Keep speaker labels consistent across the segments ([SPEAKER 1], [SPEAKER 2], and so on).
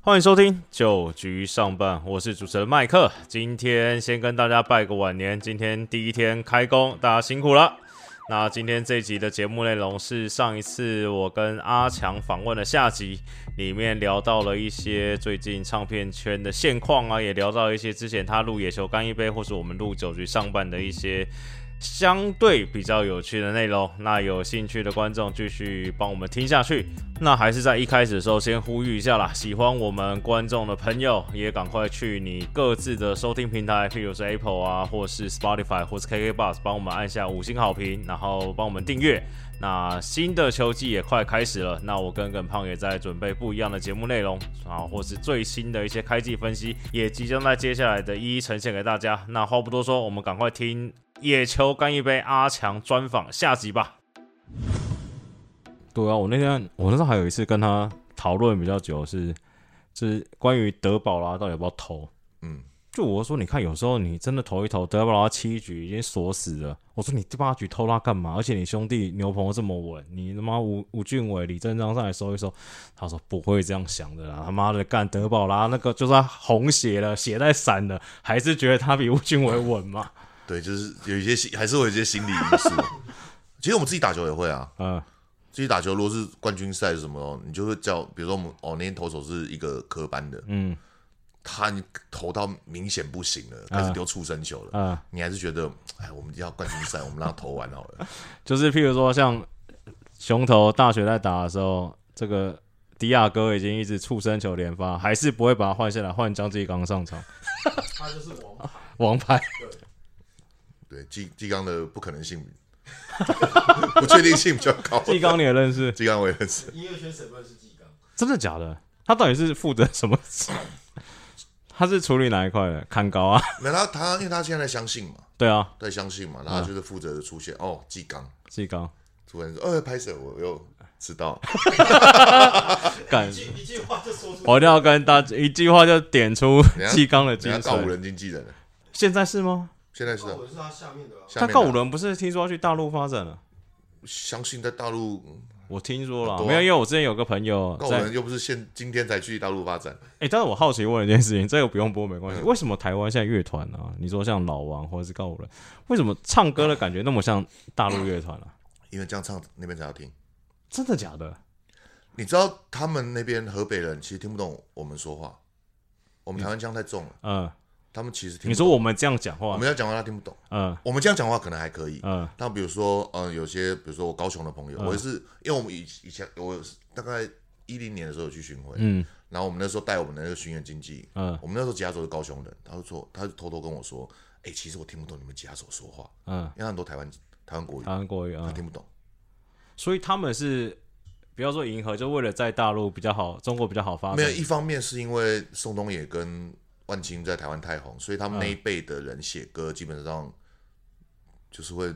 [SPEAKER 1] 欢迎收听酒局上半，我是主持人麦克。今天先跟大家拜个晚年，今天第一天开工，大家辛苦了。那今天这一集的节目内容是上一次我跟阿强访问的下集，里面聊到了一些最近唱片圈的现况啊，也聊到一些之前他录《野球干一杯》或是我们录酒局上半的一些相对比较有趣的内容。那有兴趣的观众继续帮我们听下去。那还是在一开始的时候先呼吁一下啦，喜欢我们观众的朋友也赶快去你各自的收听平台，譬如是 Apple 啊，或是 Spotify 或是 KK Bus，帮我们按下五星好评，然后帮我们订阅。那新的球季也快开始了，那我跟耿胖也在准备不一样的节目内容啊，或是最新的一些开季分析，也即将在接下来的一一呈现给大家。那话不多说，我们赶快听野球干一杯阿强专访下集吧。对啊，我那天我那时候还有一次跟他讨论比较久是，就是关于德保拉到底要不要投。
[SPEAKER 2] 嗯，
[SPEAKER 1] 就我说，你看有时候你真的投一投，德保拉啊七局已经锁死了。我说你第八局偷他干嘛？而且你兄弟牛棚这么稳，你他妈吴吴俊伟、李正章上来收一收。他说不会这样想的啦，他妈的干德保拉那个就算红血了，血在闪了，还是觉得他比吴俊伟稳嘛。
[SPEAKER 2] 对，就是有一些心，还是会有一些心理因素。其实我们自己打球也会啊，
[SPEAKER 1] 嗯，
[SPEAKER 2] 自己打球如果是冠军赛什么，你就会叫，比如说我们哦，那天投手是一个科班的，
[SPEAKER 1] 嗯，
[SPEAKER 2] 他投到明显不行了，开始丢畜生球了，
[SPEAKER 1] 嗯
[SPEAKER 2] 你还是觉得，哎，我们要冠军赛，我们让他投完好 了。
[SPEAKER 1] 就是譬如说像熊头大学在打的时候，这个迪亚哥已经一直触身球连发，还是不会把他换下来，换张继刚上场，
[SPEAKER 3] 他就是王牌。
[SPEAKER 1] 王牌。
[SPEAKER 2] 对，季季刚的不可能性， 不确定性比较高。
[SPEAKER 1] 继刚你也认识？
[SPEAKER 2] 季刚我也认识，
[SPEAKER 3] 音乐圈谁不认识纪刚？
[SPEAKER 1] 真的假的？他到底是负责什么？ 他是处理哪一块的？砍高啊？
[SPEAKER 2] 没有他他，因为他现在在相信嘛，
[SPEAKER 1] 对啊，
[SPEAKER 2] 在相信嘛，他就是负责出现、哦，季刚
[SPEAKER 1] 继刚
[SPEAKER 2] 突然说，呃、拍手，我又 知道。
[SPEAKER 1] 干
[SPEAKER 3] 一。句一句话就说出。
[SPEAKER 1] 我一定要跟大家一句话就点出
[SPEAKER 2] 等下
[SPEAKER 1] 纪刚的精
[SPEAKER 2] 人家告五
[SPEAKER 1] 髓。
[SPEAKER 2] 人经纪人了，
[SPEAKER 1] 现在是吗？
[SPEAKER 2] 现在是、啊
[SPEAKER 3] 我是他下面的啊。
[SPEAKER 2] 下
[SPEAKER 1] 他
[SPEAKER 2] 面
[SPEAKER 1] 告五
[SPEAKER 2] 的啊，
[SPEAKER 1] 人不是听说要去大陆发展了？
[SPEAKER 2] 相信在大陆嗯
[SPEAKER 1] 我听说
[SPEAKER 2] 很
[SPEAKER 1] 了，
[SPEAKER 2] 多啊
[SPEAKER 1] 没有，因为我之前有个朋友
[SPEAKER 2] 告
[SPEAKER 1] 哦
[SPEAKER 2] 五
[SPEAKER 1] 在
[SPEAKER 2] 人又不是现今天才去大陆发展，
[SPEAKER 1] 哎、但是我好奇问一件事情，这个不用播没
[SPEAKER 2] 嗯
[SPEAKER 1] 关系。为什么台湾现在乐团啊，你说像老王或者是告五人，为什么唱歌的感觉那么像大陆乐团啊？
[SPEAKER 2] 因为这样唱那边才好听。
[SPEAKER 1] 真的假的？
[SPEAKER 2] 你知道他们那边河北人其实听不懂我们说话，我们台湾腔太重了，
[SPEAKER 1] 嗯，
[SPEAKER 2] 他们其实听
[SPEAKER 1] 你
[SPEAKER 2] 不懂。
[SPEAKER 1] 说我们这样讲
[SPEAKER 2] 我
[SPEAKER 1] 话，
[SPEAKER 2] 们要讲话他听不懂，
[SPEAKER 1] 嗯
[SPEAKER 2] 我们这样讲话可能还可以。
[SPEAKER 1] 嗯
[SPEAKER 2] 但比如说，呃，有些比如说我高雄的朋友，我也是因为我们以以前我大概一零年的时候有去巡回，
[SPEAKER 1] 嗯
[SPEAKER 2] 然后我们那时候带我们的那个巡演经纪，
[SPEAKER 1] 嗯
[SPEAKER 2] 我们那时候吉他手是高雄人，他就说，他就偷偷跟我说，哎、其实我听不懂你们吉他手说话，
[SPEAKER 1] 嗯，
[SPEAKER 2] 因为他很多台湾台湾国语，
[SPEAKER 1] 台湾国语
[SPEAKER 2] 他
[SPEAKER 1] 啊、嗯
[SPEAKER 2] 听不懂。
[SPEAKER 1] 所以他们是不要说迎合，就为了在大陆比较好，中国比较好发
[SPEAKER 2] 没有，
[SPEAKER 1] 展。
[SPEAKER 2] 一方面是因为宋冬野跟万青在台湾太红，所以他们那
[SPEAKER 1] 嗯
[SPEAKER 2] 一辈的人写歌基本上就是会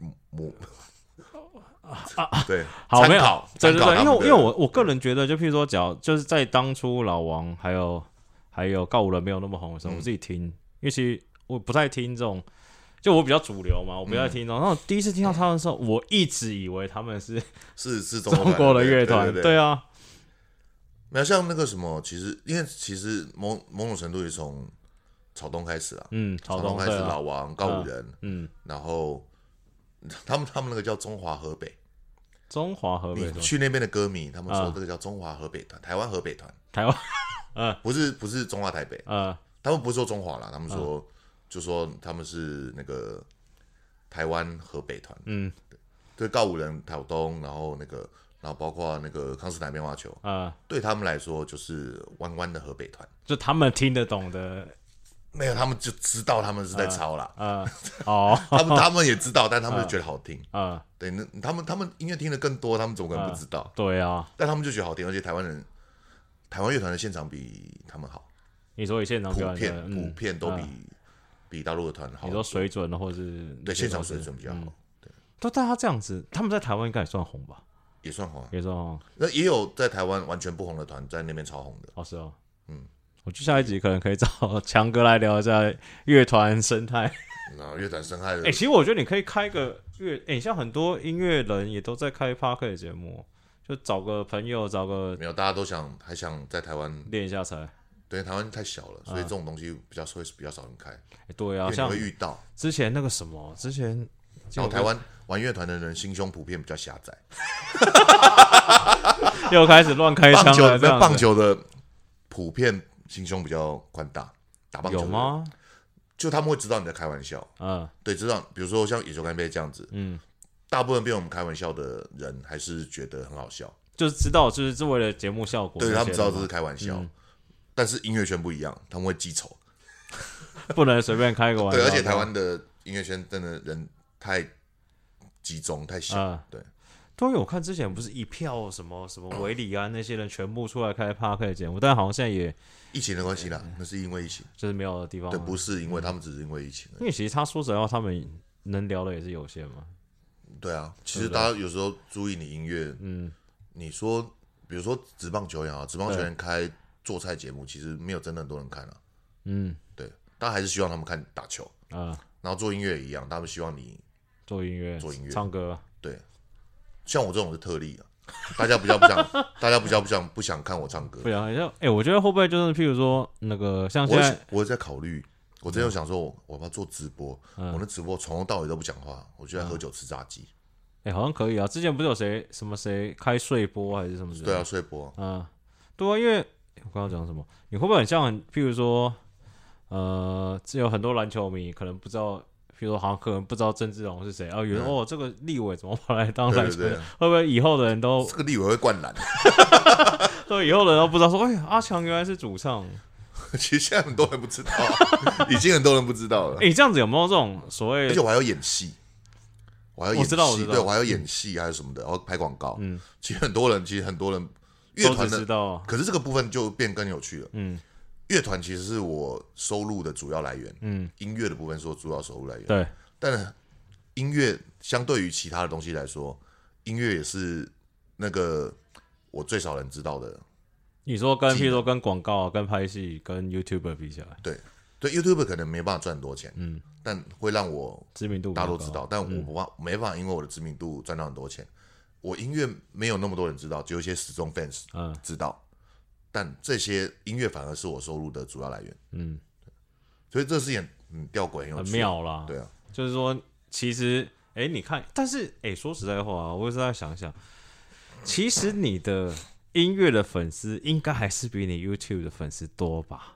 [SPEAKER 2] 嗯 模。对，
[SPEAKER 1] 好，没
[SPEAKER 2] 参
[SPEAKER 1] 有
[SPEAKER 2] 考，，
[SPEAKER 1] 对
[SPEAKER 2] 参
[SPEAKER 1] 对
[SPEAKER 2] 考
[SPEAKER 1] 对，
[SPEAKER 2] 他
[SPEAKER 1] 因为
[SPEAKER 2] 们
[SPEAKER 1] 我
[SPEAKER 2] 的
[SPEAKER 1] 因为我我个人觉得，就譬如说，假如就是在当初老王还有还有告五人没有那么红的时候，
[SPEAKER 2] 嗯
[SPEAKER 1] 我自己听，因为其实我不太听这种，就我比较主流嘛，我不
[SPEAKER 2] 嗯
[SPEAKER 1] 太听这种。然后第一次听到他们的时候，我一直以为他们是
[SPEAKER 2] 是是中
[SPEAKER 1] 中
[SPEAKER 2] 版
[SPEAKER 1] 国的
[SPEAKER 2] 对
[SPEAKER 1] 乐
[SPEAKER 2] 对
[SPEAKER 1] 团，
[SPEAKER 2] 对
[SPEAKER 1] 对啊，
[SPEAKER 2] 没有像那个什么，其实因为其实某某种程度也从草东开始啊，
[SPEAKER 1] 嗯，草
[SPEAKER 2] 东
[SPEAKER 1] 东
[SPEAKER 2] 开
[SPEAKER 1] 对
[SPEAKER 2] 始
[SPEAKER 1] 啊
[SPEAKER 2] 老，王、告五
[SPEAKER 1] 嗯
[SPEAKER 2] 人，
[SPEAKER 1] 嗯，
[SPEAKER 2] 然后 他们他们那个叫中华河北，
[SPEAKER 1] 中华河北
[SPEAKER 2] 你
[SPEAKER 1] 团，
[SPEAKER 2] 去那边的歌迷，他们说
[SPEAKER 1] 啊
[SPEAKER 2] 这个叫中华河北团，台湾河北团，
[SPEAKER 1] 台 湾，嗯
[SPEAKER 2] 不是不是中华台北，
[SPEAKER 1] 呃，
[SPEAKER 2] 他们不是说中华啦，他们说、
[SPEAKER 1] 嗯
[SPEAKER 2] 就说他们是那个台湾河北团，
[SPEAKER 1] 嗯，
[SPEAKER 2] 对告五人、台东，然后那个然后包括那个康斯坦变化球，
[SPEAKER 1] 呃，
[SPEAKER 2] 对他们来说就是弯弯的河北团。
[SPEAKER 1] 就他们听得懂的，
[SPEAKER 2] 没有，他们就知道他们是在抄啦，
[SPEAKER 1] 呃，哦，
[SPEAKER 2] 他们他们也知道，但他们就觉得好听。
[SPEAKER 1] 呃，
[SPEAKER 2] 对，那他们他们音乐听的更多，他们怎么可能不知道？
[SPEAKER 1] 对啊，
[SPEAKER 2] 但他们就觉得好听，而且台湾人、台湾乐团的现场比他们好，
[SPEAKER 1] 你说以现场
[SPEAKER 2] 普
[SPEAKER 1] 表演
[SPEAKER 2] 遍
[SPEAKER 1] 的，
[SPEAKER 2] 普
[SPEAKER 1] 嗯，
[SPEAKER 2] 遍都比、
[SPEAKER 1] 嗯
[SPEAKER 2] 比大陆的团好
[SPEAKER 1] 你。说水准或是
[SPEAKER 2] 对，现场
[SPEAKER 1] 水
[SPEAKER 2] 水
[SPEAKER 1] 准。
[SPEAKER 2] 准比较好，
[SPEAKER 1] 嗯都但他这样子，他们在台湾应该也算红吧？
[SPEAKER 2] 也算红、啊。
[SPEAKER 1] 也算红，
[SPEAKER 2] 那也有在台湾完全不红的团在那边超红的。
[SPEAKER 1] 哦是哦，
[SPEAKER 2] 嗯，
[SPEAKER 1] 我去下一集可能可以找强哥来聊一下乐团生态。
[SPEAKER 2] 那乐团生害的
[SPEAKER 1] 哎、，其实我觉得你可以开个乐，哎、像很多音乐人也都在开 p a r k 的节目，就找个朋友，找个
[SPEAKER 2] 没有，大家都想还想在台湾，
[SPEAKER 1] 练一下才。哎
[SPEAKER 2] 对，台湾太小了，所以这种东西比较会比较少人开，
[SPEAKER 1] 欸对
[SPEAKER 2] 因
[SPEAKER 1] 啊，
[SPEAKER 2] 为你
[SPEAKER 1] 像
[SPEAKER 2] 会遇到。
[SPEAKER 1] 之前那个什么，之前
[SPEAKER 2] 然后台湾玩乐团的人心胸普遍比较狭窄，
[SPEAKER 1] 又开始乱开枪啊
[SPEAKER 2] 棒球
[SPEAKER 1] 了，这
[SPEAKER 2] 那
[SPEAKER 1] 样
[SPEAKER 2] 棒
[SPEAKER 1] 子
[SPEAKER 2] 球的普遍心胸比较宽大，打棒球
[SPEAKER 1] 有
[SPEAKER 2] 的人？
[SPEAKER 1] 吗？
[SPEAKER 2] 就他们会知道你在开玩笑，
[SPEAKER 1] 嗯
[SPEAKER 2] 对，知道，比如说像野球干杯这样子，
[SPEAKER 1] 嗯，
[SPEAKER 2] 大部分被我们开玩笑的人还是觉得很好笑，
[SPEAKER 1] 就是知道，就是是为了节目效果那
[SPEAKER 2] 对
[SPEAKER 1] 些的嘛，
[SPEAKER 2] 他们知道这是开玩笑，
[SPEAKER 1] 嗯
[SPEAKER 2] 但是音乐圈不一样，他们会记仇，
[SPEAKER 1] 不能随便开个玩笑。
[SPEAKER 2] 对，而且台湾的音乐圈真的人太集中太小，
[SPEAKER 1] 啊，
[SPEAKER 2] 对。
[SPEAKER 1] 对，我看之前不是一票什么什么维里安那些人全部出来开 p a r k 节目，但好像现在也
[SPEAKER 2] 疫情的关系啦，那是因为疫情，
[SPEAKER 1] 就是没有的地方
[SPEAKER 2] 对，
[SPEAKER 1] 嘛。
[SPEAKER 2] 不是因为他们只是因为疫情而
[SPEAKER 1] 因为其实他说实在话，他们能聊的也是有限嘛。
[SPEAKER 2] 已，对啊，其实大家有时候注意你音乐，
[SPEAKER 1] 嗯，
[SPEAKER 2] 你说比如说职棒球员啊，职棒球员开做菜节目，其实没有真的很多人看啊，
[SPEAKER 1] 嗯
[SPEAKER 2] 对，大家还是希望他们看打球。
[SPEAKER 1] 啊、
[SPEAKER 2] 然后做音乐也一样，他们希望你
[SPEAKER 1] 做音乐，
[SPEAKER 2] 做音乐
[SPEAKER 1] 唱歌，
[SPEAKER 2] 对，像我这种是特例啊，大家比较不想，大家比较不想不想看我唱歌
[SPEAKER 1] 不。然好像哎，我觉得会不会就是譬如说那个像现
[SPEAKER 2] 我
[SPEAKER 1] 在嗯
[SPEAKER 2] 也我也在考虑，我真的想说我我要不要做直播？我那直播从头到尾都不讲话，我就在
[SPEAKER 1] 嗯
[SPEAKER 2] 喝酒吃炸鸡。
[SPEAKER 1] 哎，好像可以啊。之前不是有谁什么谁开睡播还是什么之类
[SPEAKER 2] 对
[SPEAKER 1] 的
[SPEAKER 2] 啊，睡播
[SPEAKER 1] 啊，对啊，因为我刚刚讲什么，你会不会很像很，譬如说，呃，这有很多篮球迷可能不知道，譬如说好像可能不知道郑志龙是谁，啊，有人、
[SPEAKER 2] 嗯
[SPEAKER 1] 哦，这个立伟怎么跑来当
[SPEAKER 2] 对
[SPEAKER 1] 篮球
[SPEAKER 2] 对
[SPEAKER 1] 员？
[SPEAKER 2] 对
[SPEAKER 1] 会不会以后的人都
[SPEAKER 2] 这个立委会灌篮。
[SPEAKER 1] 对以后的人都不知道说，哎、呀，阿强原来是主唱？
[SPEAKER 2] 其实现在很多人不知道， 已经很多人不知道了
[SPEAKER 1] 哎、。这样子有没有这种所谓
[SPEAKER 2] 而且？我还要演戏，我还要演
[SPEAKER 1] 我知道我
[SPEAKER 2] 戏，
[SPEAKER 1] 知道
[SPEAKER 2] 对我还要演戏还有什么的，然后拍广告。
[SPEAKER 1] 嗯，
[SPEAKER 2] 其实很多人，其实很多人乐
[SPEAKER 1] 都
[SPEAKER 2] 团
[SPEAKER 1] 只
[SPEAKER 2] 的
[SPEAKER 1] 知道，
[SPEAKER 2] 可是这个部分就变更有趣了。
[SPEAKER 1] 嗯
[SPEAKER 2] 乐团其实是我收入的主要来源，
[SPEAKER 1] 嗯，
[SPEAKER 2] 音乐的部分是我主要收入来源。
[SPEAKER 1] 对，
[SPEAKER 2] 但音乐相对于其他的东西来说，音乐也是那个我最少人知道的。
[SPEAKER 1] 你说跟
[SPEAKER 2] 技
[SPEAKER 1] 譬
[SPEAKER 2] 能
[SPEAKER 1] 如说跟广告、啊、跟拍戏、跟 YouTuber 比起来，
[SPEAKER 2] 对 YouTube 可能没办法赚很多钱，
[SPEAKER 1] 嗯，
[SPEAKER 2] 但会让我
[SPEAKER 1] 知名度比
[SPEAKER 2] 大家
[SPEAKER 1] 较
[SPEAKER 2] 都知
[SPEAKER 1] 高嗯
[SPEAKER 2] 道，但我不怕没办法因为我的知名度赚到很多钱。我音乐没有那么多人知道，只有一些死忠 fans
[SPEAKER 1] 嗯
[SPEAKER 2] 知道，但这些音乐反而是我收入的主要来源，
[SPEAKER 1] 嗯，
[SPEAKER 2] 所以这事情很吊诡，很有
[SPEAKER 1] 很
[SPEAKER 2] 趣，
[SPEAKER 1] 妙啦，
[SPEAKER 2] 对啊，
[SPEAKER 1] 就是说，其实，哎、你看，但是，哎、说实在话啊，我也是在想一想，其实你的音乐的粉丝应该还是比你 YouTube 的粉丝多吧？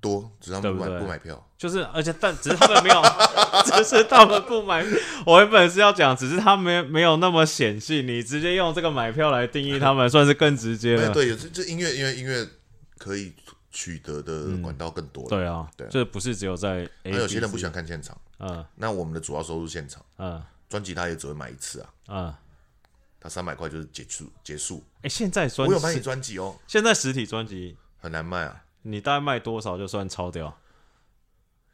[SPEAKER 2] 多，只要
[SPEAKER 1] 对
[SPEAKER 2] 不
[SPEAKER 1] 不
[SPEAKER 2] 买
[SPEAKER 1] 对
[SPEAKER 2] 不买票，
[SPEAKER 1] 就是，而且，但只是他们没有， 只是他们不买。我原本是要讲，只是他们没有那么显性，你直接用这个买票来定义他们，算是更直接
[SPEAKER 2] 哎对
[SPEAKER 1] 了。
[SPEAKER 2] 对，有这这音乐，因为音乐可以取得的管道更多了，
[SPEAKER 1] 嗯对啊，
[SPEAKER 2] 对
[SPEAKER 1] 这不是只有在 A,
[SPEAKER 2] 还有些人不喜
[SPEAKER 1] 想，
[SPEAKER 2] 欢看现场，
[SPEAKER 1] 嗯
[SPEAKER 2] 那我们的主要收入是现场，
[SPEAKER 1] 嗯
[SPEAKER 2] 专辑他也只会买一次啊，
[SPEAKER 1] 嗯，
[SPEAKER 2] 他三百块就是结束结束，
[SPEAKER 1] 哎、现在专
[SPEAKER 2] 我有买你
[SPEAKER 1] 辑，
[SPEAKER 2] 专辑哦，
[SPEAKER 1] 现在实体专辑，
[SPEAKER 2] 很难卖啊，
[SPEAKER 1] 你大概卖多少就算超掉？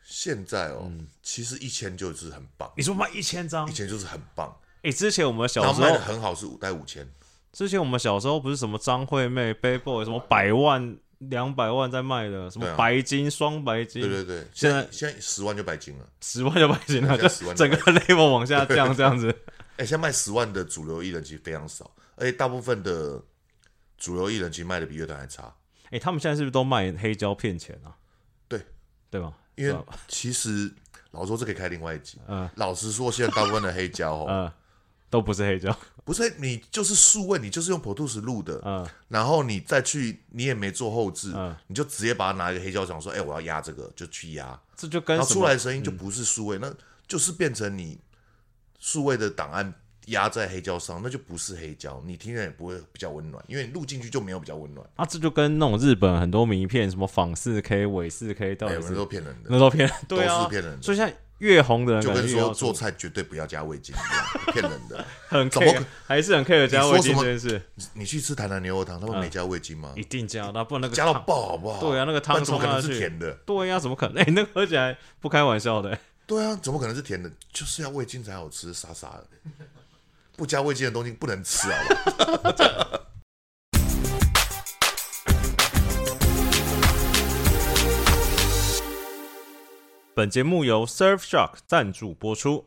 [SPEAKER 2] 现在哦，其实一千就是很棒，
[SPEAKER 1] 你说卖嗯一千张
[SPEAKER 2] 一，千就是很棒，
[SPEAKER 1] 哎、之前我们小
[SPEAKER 2] 然后
[SPEAKER 1] 时
[SPEAKER 2] 卖
[SPEAKER 1] 候嗯
[SPEAKER 2] 的，很好是五带五千，
[SPEAKER 1] 之前我们小时候不是什么张惠妹、Bayboy 什么百万、两百万在卖的，什
[SPEAKER 2] 对
[SPEAKER 1] 么
[SPEAKER 2] 啊
[SPEAKER 1] 白金、双白金，
[SPEAKER 2] 对对对，
[SPEAKER 1] 现
[SPEAKER 2] 现
[SPEAKER 1] 在
[SPEAKER 2] 在现在十万就白金了，
[SPEAKER 1] 十万就白金了，
[SPEAKER 2] 对
[SPEAKER 1] 就
[SPEAKER 2] 现在10万
[SPEAKER 1] 整个 level 往下降这样子。
[SPEAKER 2] 哎，现在卖十万的主流艺人其实非常少，而且大部分的主流艺人其实卖的比乐团还差，
[SPEAKER 1] 哎、他们现在是不是都卖黑胶骗钱啊？
[SPEAKER 2] 对，
[SPEAKER 1] 对吧？
[SPEAKER 2] 因
[SPEAKER 1] 是
[SPEAKER 2] 为
[SPEAKER 1] 吧
[SPEAKER 2] 其实老实说这可以开另外一集，
[SPEAKER 1] 嗯
[SPEAKER 2] 老实说现在大部分的黑胶哦，
[SPEAKER 1] 呃，都不是黑胶，
[SPEAKER 2] 不是你就是数位，你就是用 Pro Tools 录的，
[SPEAKER 1] 嗯
[SPEAKER 2] 然后你再去你也没做后置
[SPEAKER 1] 嗯，
[SPEAKER 2] 你就直接把它拿一个黑胶想说，哎，我要压这个就去压。
[SPEAKER 1] 这就跟
[SPEAKER 2] 然后
[SPEAKER 1] 什
[SPEAKER 2] 出
[SPEAKER 1] 么嗯
[SPEAKER 2] 来的声音就不是数位，那就是变成你数位的档案压在黑胶上，那就不是黑胶，你听着也不会比较温暖，因为你录进去就没有比较温暖。
[SPEAKER 1] 啊，这就跟那种日本很多名片，什么仿四 K、伪四 K，到底
[SPEAKER 2] 哎有人
[SPEAKER 1] 是、
[SPEAKER 2] 都骗人的，
[SPEAKER 1] 那都骗，对
[SPEAKER 2] 都
[SPEAKER 1] 啊
[SPEAKER 2] 是，骗人的，
[SPEAKER 1] 所以现在越红的人
[SPEAKER 2] 就
[SPEAKER 1] 感
[SPEAKER 2] 跟
[SPEAKER 1] 觉越要
[SPEAKER 2] 说做菜绝对不要加味精一样，骗人 的。
[SPEAKER 1] 很
[SPEAKER 2] 怎么
[SPEAKER 1] care，还是很 care 加味
[SPEAKER 2] 你
[SPEAKER 1] 精
[SPEAKER 2] 说
[SPEAKER 1] 这
[SPEAKER 2] 什
[SPEAKER 1] 件事。
[SPEAKER 2] 你去吃台南牛肉汤，他们没加味精吗
[SPEAKER 1] 一？定加，那不然那个
[SPEAKER 2] 加到
[SPEAKER 1] 汤
[SPEAKER 2] 爆好不好？
[SPEAKER 1] 嗯对啊那个汤
[SPEAKER 2] 不然怎么可能
[SPEAKER 1] 冲下
[SPEAKER 2] 是
[SPEAKER 1] 去
[SPEAKER 2] 甜的？
[SPEAKER 1] 对呀、怎么可能？哎、 那个喝起来不开玩笑的、
[SPEAKER 2] 对啊，怎么可能是甜的？就是要味精才好吃，傻傻的。不加味精的东西不能吃，好吧？
[SPEAKER 1] 本节目由 Surfshark 赞助播出。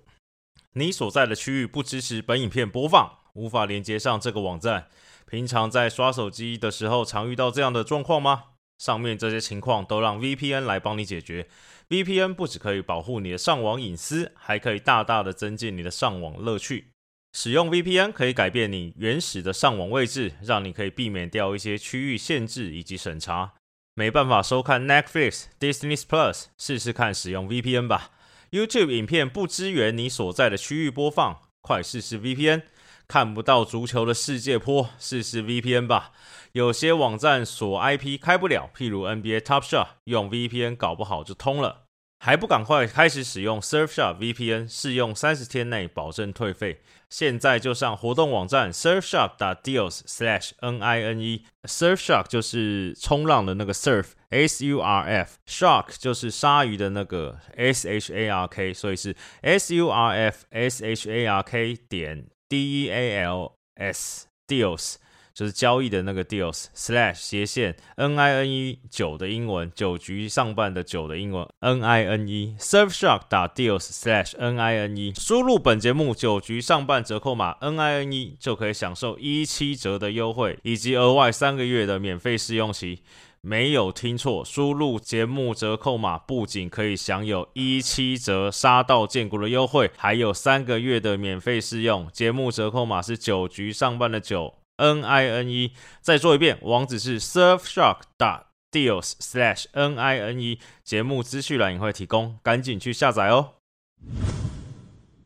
[SPEAKER 1] 你所在的区域不支持本影片播放，无法连接上这个网站，平常在刷手机的时候，常遇到这样的状况吗？上面这些情况都让 VPN 来帮你解决。VPN 不只可以保护你的上网隐私，还可以大大的增进你的上网乐趣。使用 VPN 可以改变你原始的上网位置，让你可以避免掉一些区域限制以及审查。没办法收看 Netflix、Disney Plus，试试看使用 VPN 吧。YouTube 影片不支援你所在的区域播放，快试试 VPN。看不到足球的世界波，试试 VPN 吧。有些网站锁 IP 开不了，譬如 NBA Top Shot，用 VPN 搞不好就通了。还不赶快开始使用 Surfshark VPN，试用三十天内保证退费。现在就上活动网站 surfshark.deals/nine。Surfshark E 就是冲浪的那个 surf，s u r f，shark 就是鲨鱼的那个 s h a r k，所以是 s u r f s h a r k 点 d e a l s deals。就是交易的那个 deals slash 斜线 n i n e 九的英文九局上半的九的英文 n i n e surfshark 打 deals slash n i n e 输入本节目九局上半折扣码 n i n e 就可以享受一七折的优惠以及额外三个月的免费试用期。没有听错，输入节目折扣码，不仅可以享有一七折杀到建国的优惠，还有三个月的免费试用。节目折扣码是九局上半的九 N I N E。再做一遍，网址是 surfshark 打 deals slash N I N E。节目资讯栏也会提供，赶紧去下载哦。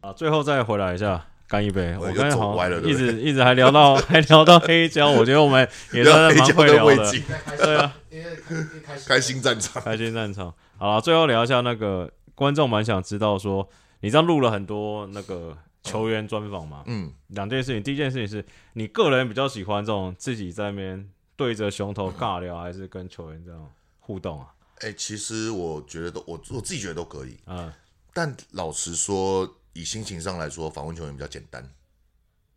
[SPEAKER 1] 啊，最后再回来一下。干一杯！
[SPEAKER 2] 我
[SPEAKER 1] 我
[SPEAKER 2] 又
[SPEAKER 1] 刚才
[SPEAKER 2] 走
[SPEAKER 1] 好
[SPEAKER 2] 歪了
[SPEAKER 1] 像一
[SPEAKER 2] 对不
[SPEAKER 1] 直一直还聊到还聊到黑胶，我觉得我们也真的
[SPEAKER 2] 黑
[SPEAKER 1] 蛮
[SPEAKER 2] 胶
[SPEAKER 1] 会
[SPEAKER 2] 的
[SPEAKER 1] 聊
[SPEAKER 2] 味
[SPEAKER 1] 的。
[SPEAKER 2] 精，
[SPEAKER 3] 在开
[SPEAKER 1] 对
[SPEAKER 3] 心，
[SPEAKER 1] 啊，
[SPEAKER 3] 因为开因为开心
[SPEAKER 2] 开心战场。
[SPEAKER 1] 开心战场。好了，最后聊一下那个观众蛮想知道说，你这样录了很多那个球员专访嘛？
[SPEAKER 2] 嗯，
[SPEAKER 1] 两件事情，第一件事情是你个人比较喜欢这种自己在那边对着熊头尬聊，还是跟球员这样互动啊？
[SPEAKER 2] 哎、其实我觉得都我我自己觉得都可以，
[SPEAKER 1] 嗯，
[SPEAKER 2] 但老实说，以心情上来说，访问球员比较简单，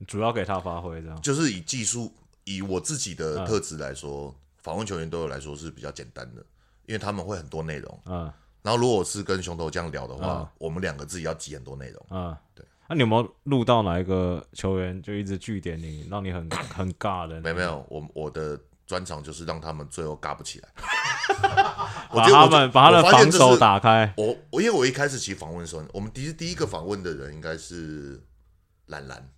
[SPEAKER 1] 主要给他发挥这样。
[SPEAKER 2] 就是以技术，以我自己的
[SPEAKER 1] 嗯
[SPEAKER 2] 特质来说，访问球员对我来说是比较简单的，因为他们会很多内容。
[SPEAKER 1] 嗯
[SPEAKER 2] 然后如果是跟熊头这样聊的话，
[SPEAKER 1] 嗯
[SPEAKER 2] 我们两个自己要挤很多内容。
[SPEAKER 1] 嗯，
[SPEAKER 2] 对。
[SPEAKER 1] 那、你有没有录到哪一个球员就一直据点你，让你很 很尬的？
[SPEAKER 2] 没有没，有，我我的专长就是让他们最后尬 不起来。我
[SPEAKER 1] 把
[SPEAKER 2] 觉得
[SPEAKER 1] 他
[SPEAKER 2] 我就
[SPEAKER 1] 们把他的
[SPEAKER 2] 我发
[SPEAKER 1] 防
[SPEAKER 2] 现这
[SPEAKER 1] 守
[SPEAKER 2] 是
[SPEAKER 1] 打开。
[SPEAKER 2] 我我因为我一开始其实访问的时候，我们第一第一个访问的人应该是兰兰，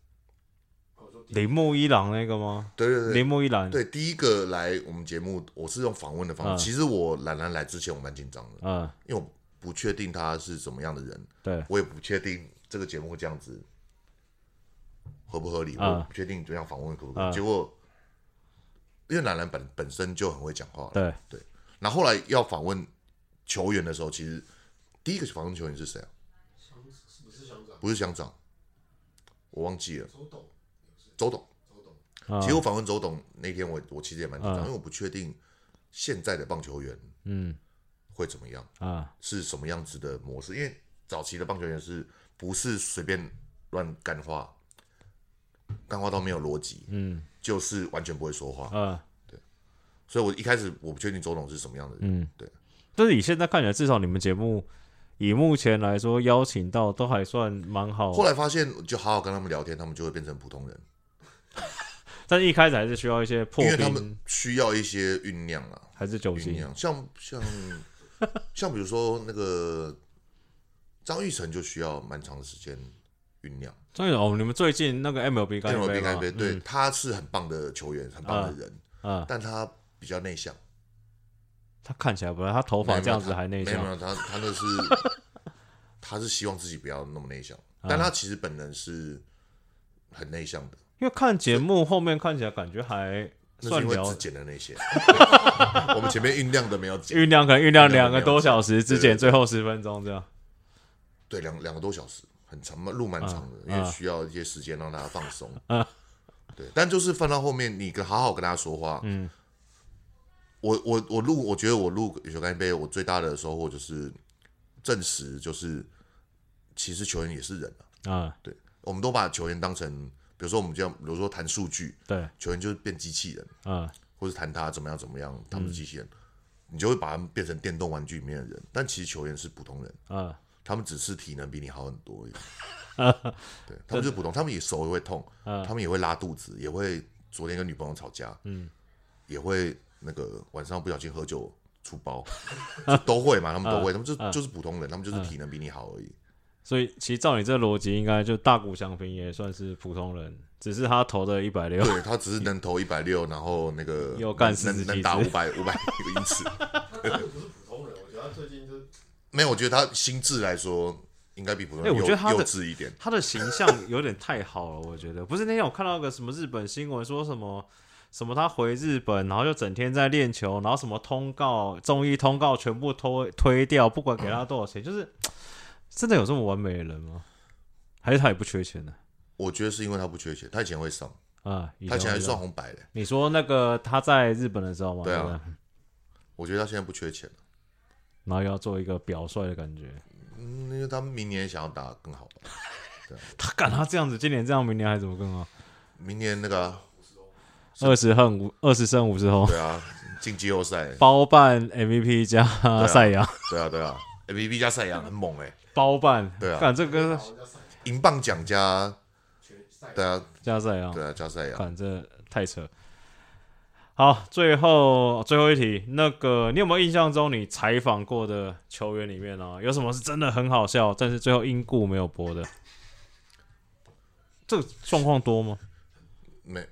[SPEAKER 3] 我说
[SPEAKER 1] 铃木一朗那个吗？
[SPEAKER 2] 对对对
[SPEAKER 1] 铃木一朗。
[SPEAKER 2] 对，第一个来我们节目，我是用访问的方
[SPEAKER 1] 嗯
[SPEAKER 2] 式。其实我兰兰来之前我蛮紧张的，
[SPEAKER 1] 嗯，
[SPEAKER 2] 因为我不确定她是怎么样的人，
[SPEAKER 1] 对。
[SPEAKER 2] 我也不确定这个节目这样子合不合理，
[SPEAKER 1] 嗯
[SPEAKER 2] 我不确定这样访问可不可以。
[SPEAKER 1] 嗯
[SPEAKER 2] 结果因为兰兰本本身就很会讲话了，
[SPEAKER 1] 对，
[SPEAKER 2] 然后后来要访问球员的时候，其实第一个访问球员是谁啊？
[SPEAKER 3] 乡是不是乡长？
[SPEAKER 2] 不是乡长，我忘记了，
[SPEAKER 3] 周董，
[SPEAKER 2] 周董。
[SPEAKER 3] 周董，
[SPEAKER 1] 嗯
[SPEAKER 2] 其实我访问周董那天我，我其实也蛮紧张，
[SPEAKER 1] 嗯
[SPEAKER 2] 因为我不确定现在的棒球员
[SPEAKER 1] 嗯
[SPEAKER 2] 会怎么样，
[SPEAKER 1] 啊
[SPEAKER 2] 是什么样子的模式。因为早期的棒球员是不是随便乱干话，干话到没有逻辑，
[SPEAKER 1] 嗯
[SPEAKER 2] 就是完全不会说话。
[SPEAKER 1] 嗯
[SPEAKER 2] 所以我一开始我不确定周董是什么样的人，
[SPEAKER 1] 嗯，
[SPEAKER 2] 对。
[SPEAKER 1] 但是以现在看起来，至少你们节目以目前来说邀请到都还算蛮好，
[SPEAKER 2] 后来发现就好好跟他们聊天，他们就会变成普通人，
[SPEAKER 1] 但是一开始还是需要一些破
[SPEAKER 2] 因为他们
[SPEAKER 1] 冰，
[SPEAKER 2] 需要一些酝酿啊。
[SPEAKER 1] 还是酒
[SPEAKER 2] 酝
[SPEAKER 1] 精
[SPEAKER 2] 酿，像 像像比如说那个张玉成就需要蛮长的时间酝酿。
[SPEAKER 1] 张宇哦，你们最近那个 MLB 干一
[SPEAKER 2] MLB
[SPEAKER 1] 杯
[SPEAKER 2] 干
[SPEAKER 1] 吗
[SPEAKER 2] 一杯，对，他是很棒的球员，很棒的人，
[SPEAKER 1] 嗯啊，
[SPEAKER 2] 但他比较内向，
[SPEAKER 1] 他看起来不然他头发这样子还内
[SPEAKER 2] 没有没
[SPEAKER 1] 向，
[SPEAKER 2] 有他 他那是他是希望自己不要那么内向，
[SPEAKER 1] 啊
[SPEAKER 2] 但他其实本人是很内向的，
[SPEAKER 1] 因为看节目后面看起来感觉还
[SPEAKER 2] 那是
[SPEAKER 1] 算
[SPEAKER 2] 因为
[SPEAKER 1] 聊
[SPEAKER 2] 只剪了那 些，我们前面酝酿的没有剪，
[SPEAKER 1] 酝酿，可能酝酿
[SPEAKER 2] 酝酿
[SPEAKER 1] 两个多小时之
[SPEAKER 2] 对对
[SPEAKER 1] 前，最后十分钟这样。
[SPEAKER 2] 对，两两个多小时，很长嘛，路蛮长的，
[SPEAKER 1] 嗯
[SPEAKER 2] 因为需要一些时间让大家放松。对，但就是放到后面，你跟好好跟大家说话。
[SPEAKER 1] 嗯，
[SPEAKER 2] 我我我录，我觉得我录《球干一杯》，我最大的收获就是证实，就是其实球员也是人啊。
[SPEAKER 1] 啊，
[SPEAKER 2] 对，我们都把球员当成，比如说我们这样，比如说谈数据，
[SPEAKER 1] 对，
[SPEAKER 2] 球员就是变机器人，
[SPEAKER 1] 啊，
[SPEAKER 2] 或是谈他怎么样怎么样，他们是机器人，你就会把他们变成电动玩具里面的人。但其实球员是普通人。
[SPEAKER 1] 啊，
[SPEAKER 2] 他们只是体能比你好 很
[SPEAKER 1] 嗯
[SPEAKER 2] 多而已。对，他们就是普通，他们也手也会痛，他们也会拉肚子，也会昨天跟女朋友吵架，嗯，也会那个晚上不小心喝酒出 包，就都会
[SPEAKER 1] 嗯
[SPEAKER 2] 嘛，他们都会，他们就就是普通人，他们就是体能比你好而已。
[SPEAKER 1] 所以其实照你这逻辑，应该就大谷翔平也算是普通人，只是他投的一百六，
[SPEAKER 2] 对他只是能投一百六，然后那个
[SPEAKER 1] 又干
[SPEAKER 2] 能
[SPEAKER 1] 47
[SPEAKER 2] 能打
[SPEAKER 1] 次
[SPEAKER 2] 五百 五百个英尺，
[SPEAKER 3] 他真的不是普通人，我觉得他最近就是
[SPEAKER 2] 没有，我觉得他心智来说应该比普通
[SPEAKER 1] 哎
[SPEAKER 2] 人
[SPEAKER 1] 我
[SPEAKER 2] 幼
[SPEAKER 1] 觉得他的
[SPEAKER 2] 幼稚一点。
[SPEAKER 1] 他的形象有点太好了，我觉得不是那天我看到个什么日本新闻说什么什么他回日本，然后就整天在练球，然后什么通告综艺通告全部推推掉，不管给他多少钱，就是真的有这么完美的人吗？还是他也不缺钱呢、
[SPEAKER 2] 我觉得是因为他不缺钱，他以前会上，
[SPEAKER 1] 啊？以
[SPEAKER 2] 他以前还
[SPEAKER 1] 会
[SPEAKER 2] 算红白嘞。
[SPEAKER 1] 你说那个他在日本的时候嘛，
[SPEAKER 2] 对啊
[SPEAKER 1] 不
[SPEAKER 2] 我觉得他现在不缺钱，
[SPEAKER 1] 然后又要做一个表率的感觉，
[SPEAKER 2] 嗯，因为他明年想要打更好吧。
[SPEAKER 1] 他敢他这样子，今年这样，明年还怎么更好？
[SPEAKER 2] 明年那个啊、
[SPEAKER 1] 二十恨五，二十胜五之后，
[SPEAKER 2] 对啊，进季后赛，
[SPEAKER 1] 包办 MVP 加赛扬，
[SPEAKER 2] 对啊对啊，MVP 加赛扬很猛哎、
[SPEAKER 1] 包办，
[SPEAKER 2] 对啊
[SPEAKER 1] 干这个
[SPEAKER 3] 打人家赛
[SPEAKER 2] 银棒奖加，
[SPEAKER 3] 全赛
[SPEAKER 2] 对啊
[SPEAKER 1] 加赛扬，
[SPEAKER 2] 对啊加赛扬，
[SPEAKER 1] 干这太扯。好，最后最后一题，那个你有没有印象中你采访过的球员里面啊，有什么是真的很好笑，但是最后因故没有播的？这个状况多吗？
[SPEAKER 2] 没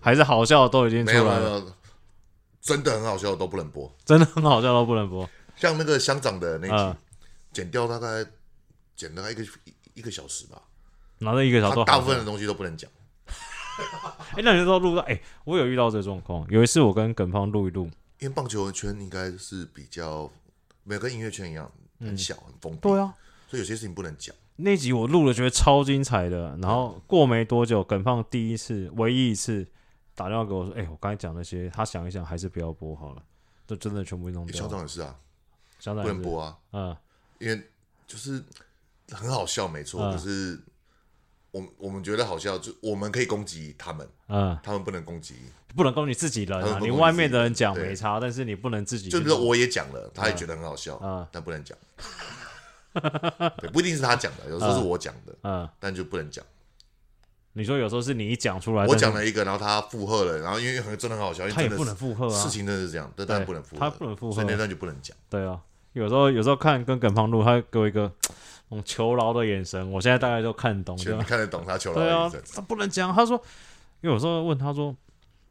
[SPEAKER 1] 还是好笑的都已经出
[SPEAKER 2] 没有没
[SPEAKER 1] 来
[SPEAKER 2] 有没
[SPEAKER 1] 了，
[SPEAKER 2] 有，真的很好笑都不能播，
[SPEAKER 1] 真的很好笑都不能播
[SPEAKER 2] 像那个乡长的那
[SPEAKER 1] 啊
[SPEAKER 2] 集，、剪掉大概剪大概一个一一个小时吧，
[SPEAKER 1] 拿着一个小时
[SPEAKER 2] 他
[SPEAKER 1] 都
[SPEAKER 2] 大
[SPEAKER 1] 好
[SPEAKER 2] 部
[SPEAKER 1] 笑
[SPEAKER 2] 分的东西都不能讲，
[SPEAKER 1] 哎、那你知道录到哎、我有遇到这个状况。有一次我跟耿胖录一录，
[SPEAKER 2] 因为棒球圈应该是比较没有跟音乐圈一样很小很封闭，
[SPEAKER 1] 对啊，
[SPEAKER 2] 所以有些事情不能讲，
[SPEAKER 1] 那集我录了觉得超精彩的。然后过没多久，耿胖第一次、唯一一次打电话给我说：“哎、我刚才讲那些，他想一想，还是不要播好了。”就真的全部弄掉
[SPEAKER 2] 乡
[SPEAKER 1] 了。
[SPEAKER 2] 长也是啊，
[SPEAKER 1] 想
[SPEAKER 2] 不
[SPEAKER 1] 想
[SPEAKER 2] 能播啊。
[SPEAKER 1] 嗯，
[SPEAKER 2] 因为就是很好笑，没错，
[SPEAKER 1] 嗯
[SPEAKER 2] 可是我们我们觉得好笑，就我们可以攻击他们，
[SPEAKER 1] 嗯，
[SPEAKER 2] 他们不能攻击。
[SPEAKER 1] 不能供你自己人
[SPEAKER 2] 他
[SPEAKER 1] 啊，
[SPEAKER 2] 们不
[SPEAKER 1] 你
[SPEAKER 2] 能
[SPEAKER 1] 外面的人讲
[SPEAKER 2] 自己人
[SPEAKER 1] 没差，但是你不能自己去
[SPEAKER 2] 就
[SPEAKER 1] 弄。
[SPEAKER 2] 比如说我也讲了，他也觉得很好笑，
[SPEAKER 1] 嗯
[SPEAKER 2] 但不能讲。对，不一定是他讲的，有时候是我讲的，
[SPEAKER 1] 嗯，
[SPEAKER 2] 但就不能讲。
[SPEAKER 1] 你说有时候是你讲出来，
[SPEAKER 2] 我
[SPEAKER 1] 但是
[SPEAKER 2] 讲了一个，然后他附和了，然后因为很真的很好笑，因为
[SPEAKER 1] 他也
[SPEAKER 2] 真的
[SPEAKER 1] 不能
[SPEAKER 2] 是
[SPEAKER 1] 附和啊。
[SPEAKER 2] 事情真的是这样，但但不能附和，
[SPEAKER 1] 他不能附和
[SPEAKER 2] 所以那段就不能讲。
[SPEAKER 1] 对啊，有时候有时候看跟耿胖录，他给我一个那种求饶的眼神，我现在大概就看懂，
[SPEAKER 2] 全
[SPEAKER 1] 就
[SPEAKER 2] 你看得懂他球
[SPEAKER 1] 对
[SPEAKER 2] 了
[SPEAKER 1] 啊，他不能讲。他说，因为有时候问他说，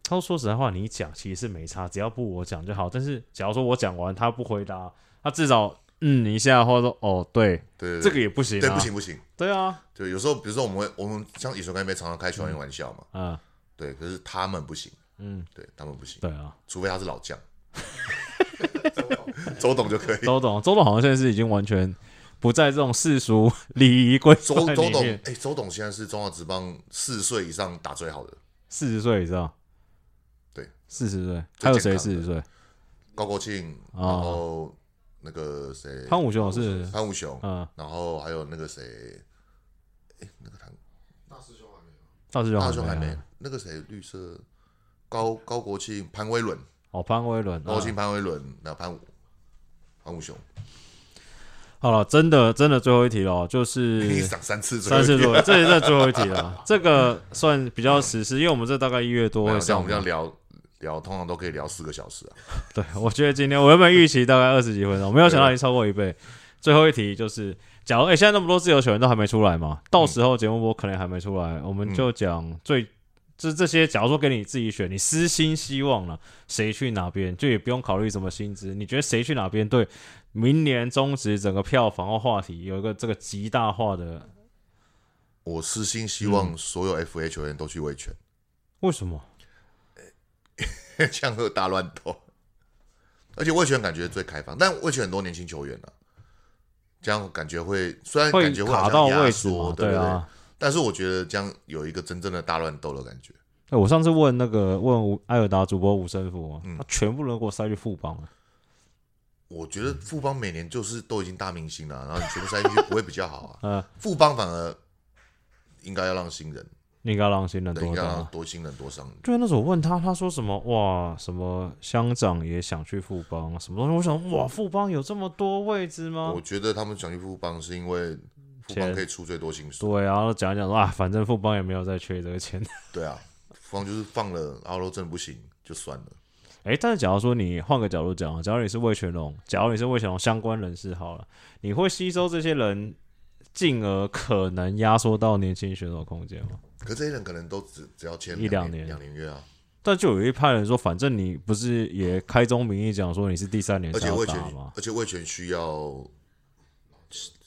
[SPEAKER 1] 他说说实在话，你讲其实是没差，只要不我讲就好。但是假如说我讲完他不回答，他至少嗯一下，或者说哦对，
[SPEAKER 2] 对对对
[SPEAKER 1] 这个也不行、啊，
[SPEAKER 2] 对不，行不行，
[SPEAKER 1] 对啊，
[SPEAKER 2] 对，有时候比如说我们会我们像以前跟那边常常开球员玩笑嘛，
[SPEAKER 1] 嗯
[SPEAKER 2] 对，可是他们不行，
[SPEAKER 1] 嗯，
[SPEAKER 2] 啊对他们不行，
[SPEAKER 1] 对啊，
[SPEAKER 2] 除非他是老将，
[SPEAKER 3] 周董
[SPEAKER 2] 周董就可以。
[SPEAKER 1] 啊周董，周董好像现在是已经完全不在这种世俗礼仪规
[SPEAKER 2] 周
[SPEAKER 1] 范
[SPEAKER 2] 周
[SPEAKER 1] 里
[SPEAKER 2] 董，
[SPEAKER 1] 面
[SPEAKER 2] 哎、，周董现在是中华职棒四十岁以上打最好的，
[SPEAKER 1] 四十岁以上，
[SPEAKER 2] 对，
[SPEAKER 1] 四十岁，
[SPEAKER 2] 最
[SPEAKER 1] 还有
[SPEAKER 2] 健
[SPEAKER 1] 谁
[SPEAKER 2] 康
[SPEAKER 1] 四
[SPEAKER 2] 的
[SPEAKER 1] 十岁？
[SPEAKER 2] 高国庆，
[SPEAKER 1] 哦
[SPEAKER 2] 然后那个谁，
[SPEAKER 1] 潘武雄有是，
[SPEAKER 2] 潘武雄，
[SPEAKER 1] 嗯，
[SPEAKER 2] 然后还有那个谁，哎、那个唐
[SPEAKER 3] 大师兄还没有，
[SPEAKER 1] 大师兄
[SPEAKER 2] 大雄还没
[SPEAKER 1] 啊，
[SPEAKER 2] 那个谁绿色高高国庆、潘威伦，
[SPEAKER 1] 哦，潘威伦，
[SPEAKER 2] 高国
[SPEAKER 1] 啊
[SPEAKER 2] 庆、潘威伦，那潘武潘武雄，
[SPEAKER 1] 好了，真的真的最后一题了，就
[SPEAKER 2] 你
[SPEAKER 1] 是
[SPEAKER 2] 上三次左
[SPEAKER 1] 三
[SPEAKER 2] 右，
[SPEAKER 1] 十多，这也是最后一题 了。这个算比较实施，因为我们这大概一月多
[SPEAKER 2] 没有
[SPEAKER 1] 会
[SPEAKER 2] 像
[SPEAKER 1] 上
[SPEAKER 2] 我
[SPEAKER 1] 嘛
[SPEAKER 2] 们这。样聊聊，通常都可以聊四个小时啊。
[SPEAKER 1] 对，我觉得今天我原本预期大概二十几 分钟，没有想到已经超过一倍。最后一题就是，假如哎、诶现在那么多自由球员都还没出来嘛，到时候节目播可能还没出来，我们就讲最。这这些，假如说给你自己选，你私心希望了谁去哪边，就也不用考虑什么薪资，你觉得谁去哪边对明年中职整个票房或话题有一个这个极大化的？
[SPEAKER 2] 我私心希望
[SPEAKER 1] 嗯
[SPEAKER 2] 所有 FA 球员都去维 权，
[SPEAKER 1] 为什么？
[SPEAKER 2] 像个大乱斗。而且魏权感觉最开放，但魏权很多年轻球员啊，这样感觉会虽然
[SPEAKER 1] 会
[SPEAKER 2] 感觉会
[SPEAKER 1] 卡
[SPEAKER 2] 好
[SPEAKER 1] 到
[SPEAKER 2] 像压
[SPEAKER 1] 位置嘛
[SPEAKER 2] 缩，？
[SPEAKER 1] 对
[SPEAKER 2] 不
[SPEAKER 1] 啊，
[SPEAKER 2] 对？但是我觉得这样有一个真正的大乱斗的感觉。
[SPEAKER 1] 哎，我上次问那个问吴艾尔达主播吴胜福啊，
[SPEAKER 2] 嗯
[SPEAKER 1] 他全部人给我塞去副帮了。
[SPEAKER 2] 我觉
[SPEAKER 1] 嗯
[SPEAKER 2] 得富邦每年就是都已经大明星了，啊然后你全部塞进去不会比较好
[SPEAKER 1] 嗯
[SPEAKER 2] 啊。富邦反而应该要让新人，
[SPEAKER 1] 你应该让新人
[SPEAKER 2] 对，应
[SPEAKER 1] 多
[SPEAKER 2] 该
[SPEAKER 1] 打
[SPEAKER 2] 让
[SPEAKER 1] 啊。
[SPEAKER 2] 多新人多上。
[SPEAKER 1] 对，那时候我问他，他说什么？哇，什么乡长也想去富邦，什么东西？我想，哇，富邦有这么多位置吗
[SPEAKER 2] 我？觉得他们想去富邦是因为富
[SPEAKER 1] 嗯
[SPEAKER 2] 邦
[SPEAKER 1] 钱
[SPEAKER 2] 可以出最多薪水，
[SPEAKER 1] 对啊，然后讲一讲说啊，反正富邦也没有再缺这个钱。
[SPEAKER 2] 对啊，放就是放了，然后都真的不行就算了。
[SPEAKER 1] 哎、但是假如说你换个角度讲啊，假如你是魏全龙，假如你是魏全龙相关人士好了，你会吸收这些人，进而可能压缩到年轻选手空间吗？
[SPEAKER 2] 可这些人可能都只只要签
[SPEAKER 1] 一
[SPEAKER 2] 两
[SPEAKER 1] 两年
[SPEAKER 2] 两年约啊，
[SPEAKER 1] 但就有一派人说，反正你不是也开宗明义讲说你是第三年
[SPEAKER 2] 而
[SPEAKER 1] 才
[SPEAKER 2] 且
[SPEAKER 1] 要
[SPEAKER 2] 魏权
[SPEAKER 1] 打吗，？
[SPEAKER 2] 而且魏权需要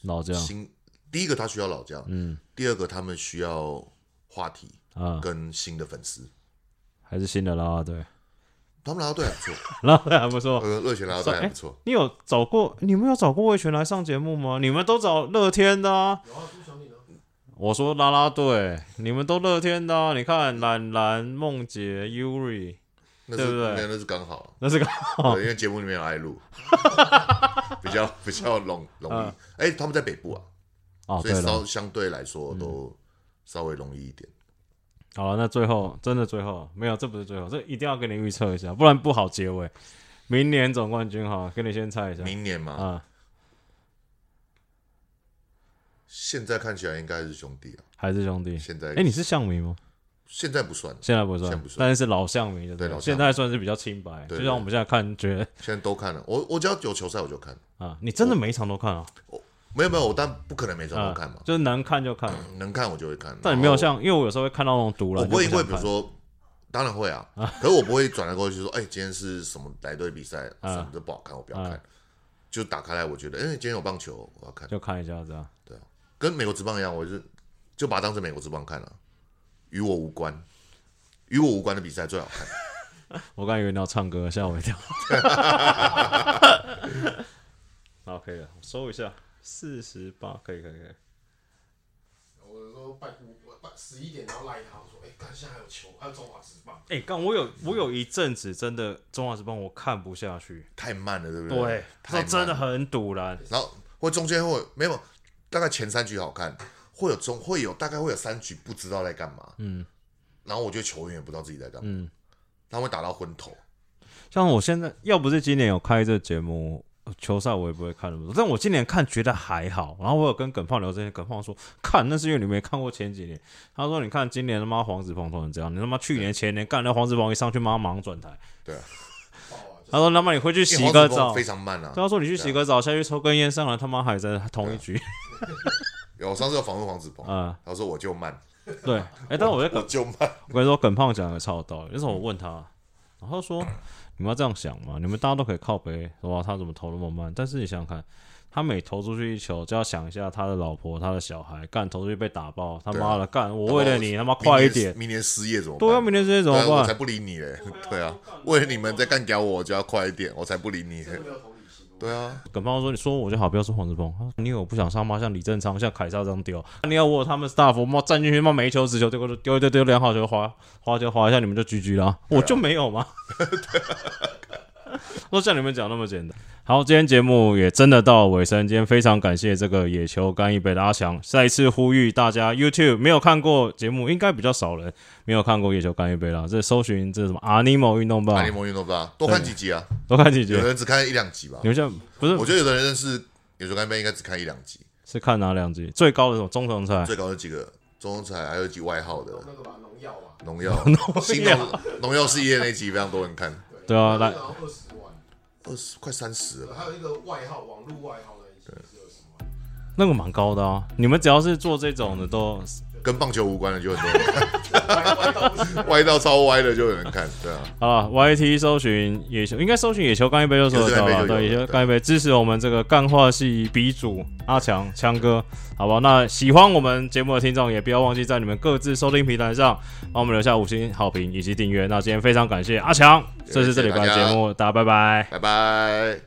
[SPEAKER 1] 老这样，
[SPEAKER 2] 新，第一个他需要老将，嗯，第二个他们需要话题
[SPEAKER 1] 啊
[SPEAKER 2] 跟新的粉丝，
[SPEAKER 1] 还是新的啦啦 队，
[SPEAKER 2] 他们拉拉队还 不错，
[SPEAKER 1] 啦啦队还不错。
[SPEAKER 2] 呃，热血拉拉队还不错，
[SPEAKER 1] 你有找过？你们有找过魏全来上节目吗？你们都找乐天的啊！
[SPEAKER 3] 有啊，朱祥林啊，
[SPEAKER 1] 我说啦啦队，你们都乐天的啊！你看懒懒、梦洁、Yuri，
[SPEAKER 2] 那
[SPEAKER 1] 对
[SPEAKER 2] 是
[SPEAKER 1] 不对
[SPEAKER 2] 那那是刚好，啊
[SPEAKER 1] 那是 个
[SPEAKER 2] 对因为节目里面有爱露，比较比较容容易
[SPEAKER 1] 嗯。
[SPEAKER 2] 哎，他们在北部啊，
[SPEAKER 1] 哦，
[SPEAKER 2] 所
[SPEAKER 1] 对
[SPEAKER 2] 以
[SPEAKER 1] 了嗯
[SPEAKER 2] 稍，相对来说都稍微容易一点。
[SPEAKER 1] 好了，那最后真的最后没有，这不是最后，这一定要跟你预测一下，不然不好结尾。明年总冠军哈，跟你先猜一下
[SPEAKER 2] 明年嘛，
[SPEAKER 1] 啊，
[SPEAKER 2] 现在看起来应该是兄弟啊，
[SPEAKER 1] 还是兄弟？
[SPEAKER 2] 现在
[SPEAKER 1] 哎、你是象迷吗？
[SPEAKER 2] 现在不算，
[SPEAKER 1] 现在不算，
[SPEAKER 2] 现在不算
[SPEAKER 1] 但是是老象迷就
[SPEAKER 2] 对
[SPEAKER 1] 了
[SPEAKER 2] 老象
[SPEAKER 1] 现在算是比较清白，
[SPEAKER 2] 对
[SPEAKER 1] 就像我们现在看，觉得
[SPEAKER 2] 现在都看了。我我只要有球赛我就看，
[SPEAKER 1] 啊，你真的每一场都看啊，
[SPEAKER 2] 没有没有，我但不可能每场
[SPEAKER 1] 啊
[SPEAKER 2] 都看嘛，
[SPEAKER 1] 就是能看就看。
[SPEAKER 2] 能看我就会看。
[SPEAKER 1] 但你没有
[SPEAKER 2] 然后
[SPEAKER 1] 像，因为我有时候会看到那种独
[SPEAKER 2] 我
[SPEAKER 1] 了，
[SPEAKER 2] 哦不会因为
[SPEAKER 1] 想
[SPEAKER 2] 比如
[SPEAKER 1] 看
[SPEAKER 2] 说，当然会啊，可是我不会转来过去说，哎，今天是什么哪一队比赛，
[SPEAKER 1] 啊
[SPEAKER 2] 什么都不好看，我不要看。就打开来，我觉得，哎，今天有棒球，我要看。
[SPEAKER 1] 就看一下这样。
[SPEAKER 2] 跟美国职棒一样，我是就把它当成美国职棒看了、与我无关，与我无关的比赛最好看。
[SPEAKER 1] 我刚以为你要唱歌，吓我一跳。好，可以了，我收一下，四十八，可以，可以，可以。
[SPEAKER 3] 我有时候拜五拜十一点，然后赖他，我说，哎，看现在还有球，还有中华职棒，
[SPEAKER 1] 哎、刚我有我有一阵子真的《中华时报》我看不下去，
[SPEAKER 2] 太慢了，对不对？
[SPEAKER 1] 对，
[SPEAKER 2] 太
[SPEAKER 1] 他
[SPEAKER 2] 慢
[SPEAKER 1] 真的。很堵然，
[SPEAKER 2] 然后或中间会没有，大概前三局好看，会有中会有大概会有三局不知道在干嘛。嗯。然后我觉得球员也不知道自己在干嘛。嗯。他会打到昏头，
[SPEAKER 1] 像我现在要不是今年有开这节目，呃球赛我也不会看那么多。但我今年看觉得还好，然后我有跟耿胖聊这些，耿胖说看那是因为你没看过前几年。他说你看今年他妈黄子鹏都能这样，你他妈去年前年干那黄子鹏一上去妈马上转台。
[SPEAKER 2] 对啊。
[SPEAKER 3] 爆啊！就
[SPEAKER 1] 他说他妈你回去
[SPEAKER 2] 因为
[SPEAKER 1] 洗
[SPEAKER 2] 黄
[SPEAKER 1] 个
[SPEAKER 2] 子鹏
[SPEAKER 1] 澡
[SPEAKER 2] 非。常慢啊。
[SPEAKER 1] 他说你去洗个澡，下去抽根烟，上来他妈还在同一局。
[SPEAKER 2] 有我上次有访问黄子鹏，
[SPEAKER 1] 嗯
[SPEAKER 2] 他说我就慢，
[SPEAKER 1] 对，哎、但我在
[SPEAKER 2] 我就慢。
[SPEAKER 1] 我跟你说，耿胖讲的超有道理。那时候我问他，然后他说：“你们要这样想嘛，你们大家都可以靠背，哇，他怎么投那么慢？但是你想想看，他每投出去一球，就要想一下他的老婆、他的小孩，干投出去被打爆，他
[SPEAKER 2] 啊
[SPEAKER 1] 妈的干！我为了你他妈 快一点，
[SPEAKER 2] 明年明年失业怎么办？
[SPEAKER 1] 对啊，明天这些怎么
[SPEAKER 2] 对啊我才
[SPEAKER 1] 办？
[SPEAKER 2] 不理你嘞！ 对啊，为了你们在干屌我，我就要快一点，我才不理你。
[SPEAKER 3] 真的没有同理心。
[SPEAKER 2] 对啊，
[SPEAKER 1] 耿胖说：你说我就好，不要说黄志鹏，他说你以为我不想上吗？像李正昌、像凯撒这样丢，你要我有他们 staff 我妈站进去，妈每一球直球丢过去丢一丢丢两好球滑滑就滑一下，你们就 GG 了啊、我就没有吗？都像你们讲那么简单。好，今天节目也真的到尾声。今天非常感谢这个野球干一杯的阿强，再一次呼吁大家，YouTube 没有看过节目，应该比较少人没有看过野球干一杯啦。这搜寻这什么 Animo 运动
[SPEAKER 2] 打
[SPEAKER 1] 吧
[SPEAKER 2] 联，盟运动吧，多看几集啊。
[SPEAKER 1] 多看几集
[SPEAKER 2] 有。的人只看一两集吧
[SPEAKER 1] 你，们现在不是
[SPEAKER 2] 我觉得有的人认识有球干杯应该只看一两集，
[SPEAKER 1] 是看哪两集？最高的什么中程赛？
[SPEAKER 2] 最高有几个中彩，还有几外号的
[SPEAKER 3] 用那个吧，农药吧，
[SPEAKER 2] 农药，新农农药事业那集非常多人看，
[SPEAKER 3] 对
[SPEAKER 1] 对啊
[SPEAKER 3] 那个好像二十万，
[SPEAKER 2] 二十快三十
[SPEAKER 3] 对
[SPEAKER 2] 了，
[SPEAKER 3] 还有一个外号，网络外号那一集是二十万。
[SPEAKER 1] 那个蛮高的啊。你们只要是做这种的都，
[SPEAKER 2] 跟棒球无关的就很多人看，
[SPEAKER 3] 歪歪到不行
[SPEAKER 2] 歪到超歪的就有人看，对啊，
[SPEAKER 1] 好了，YT 搜寻野球，应该搜寻野球干一杯就搜得到了。
[SPEAKER 2] 野球干一杯就有
[SPEAKER 1] 对，野球
[SPEAKER 2] 对
[SPEAKER 1] 干一杯支持我们这个干话系鼻祖阿强强哥，好吧？那喜欢我们节目的听众也不要忘记在你们各自收听平台上帮我们留下五星好评以及订阅。那今天非常感谢阿强，这是这礼拜的节目，大家拜拜。
[SPEAKER 2] 拜拜。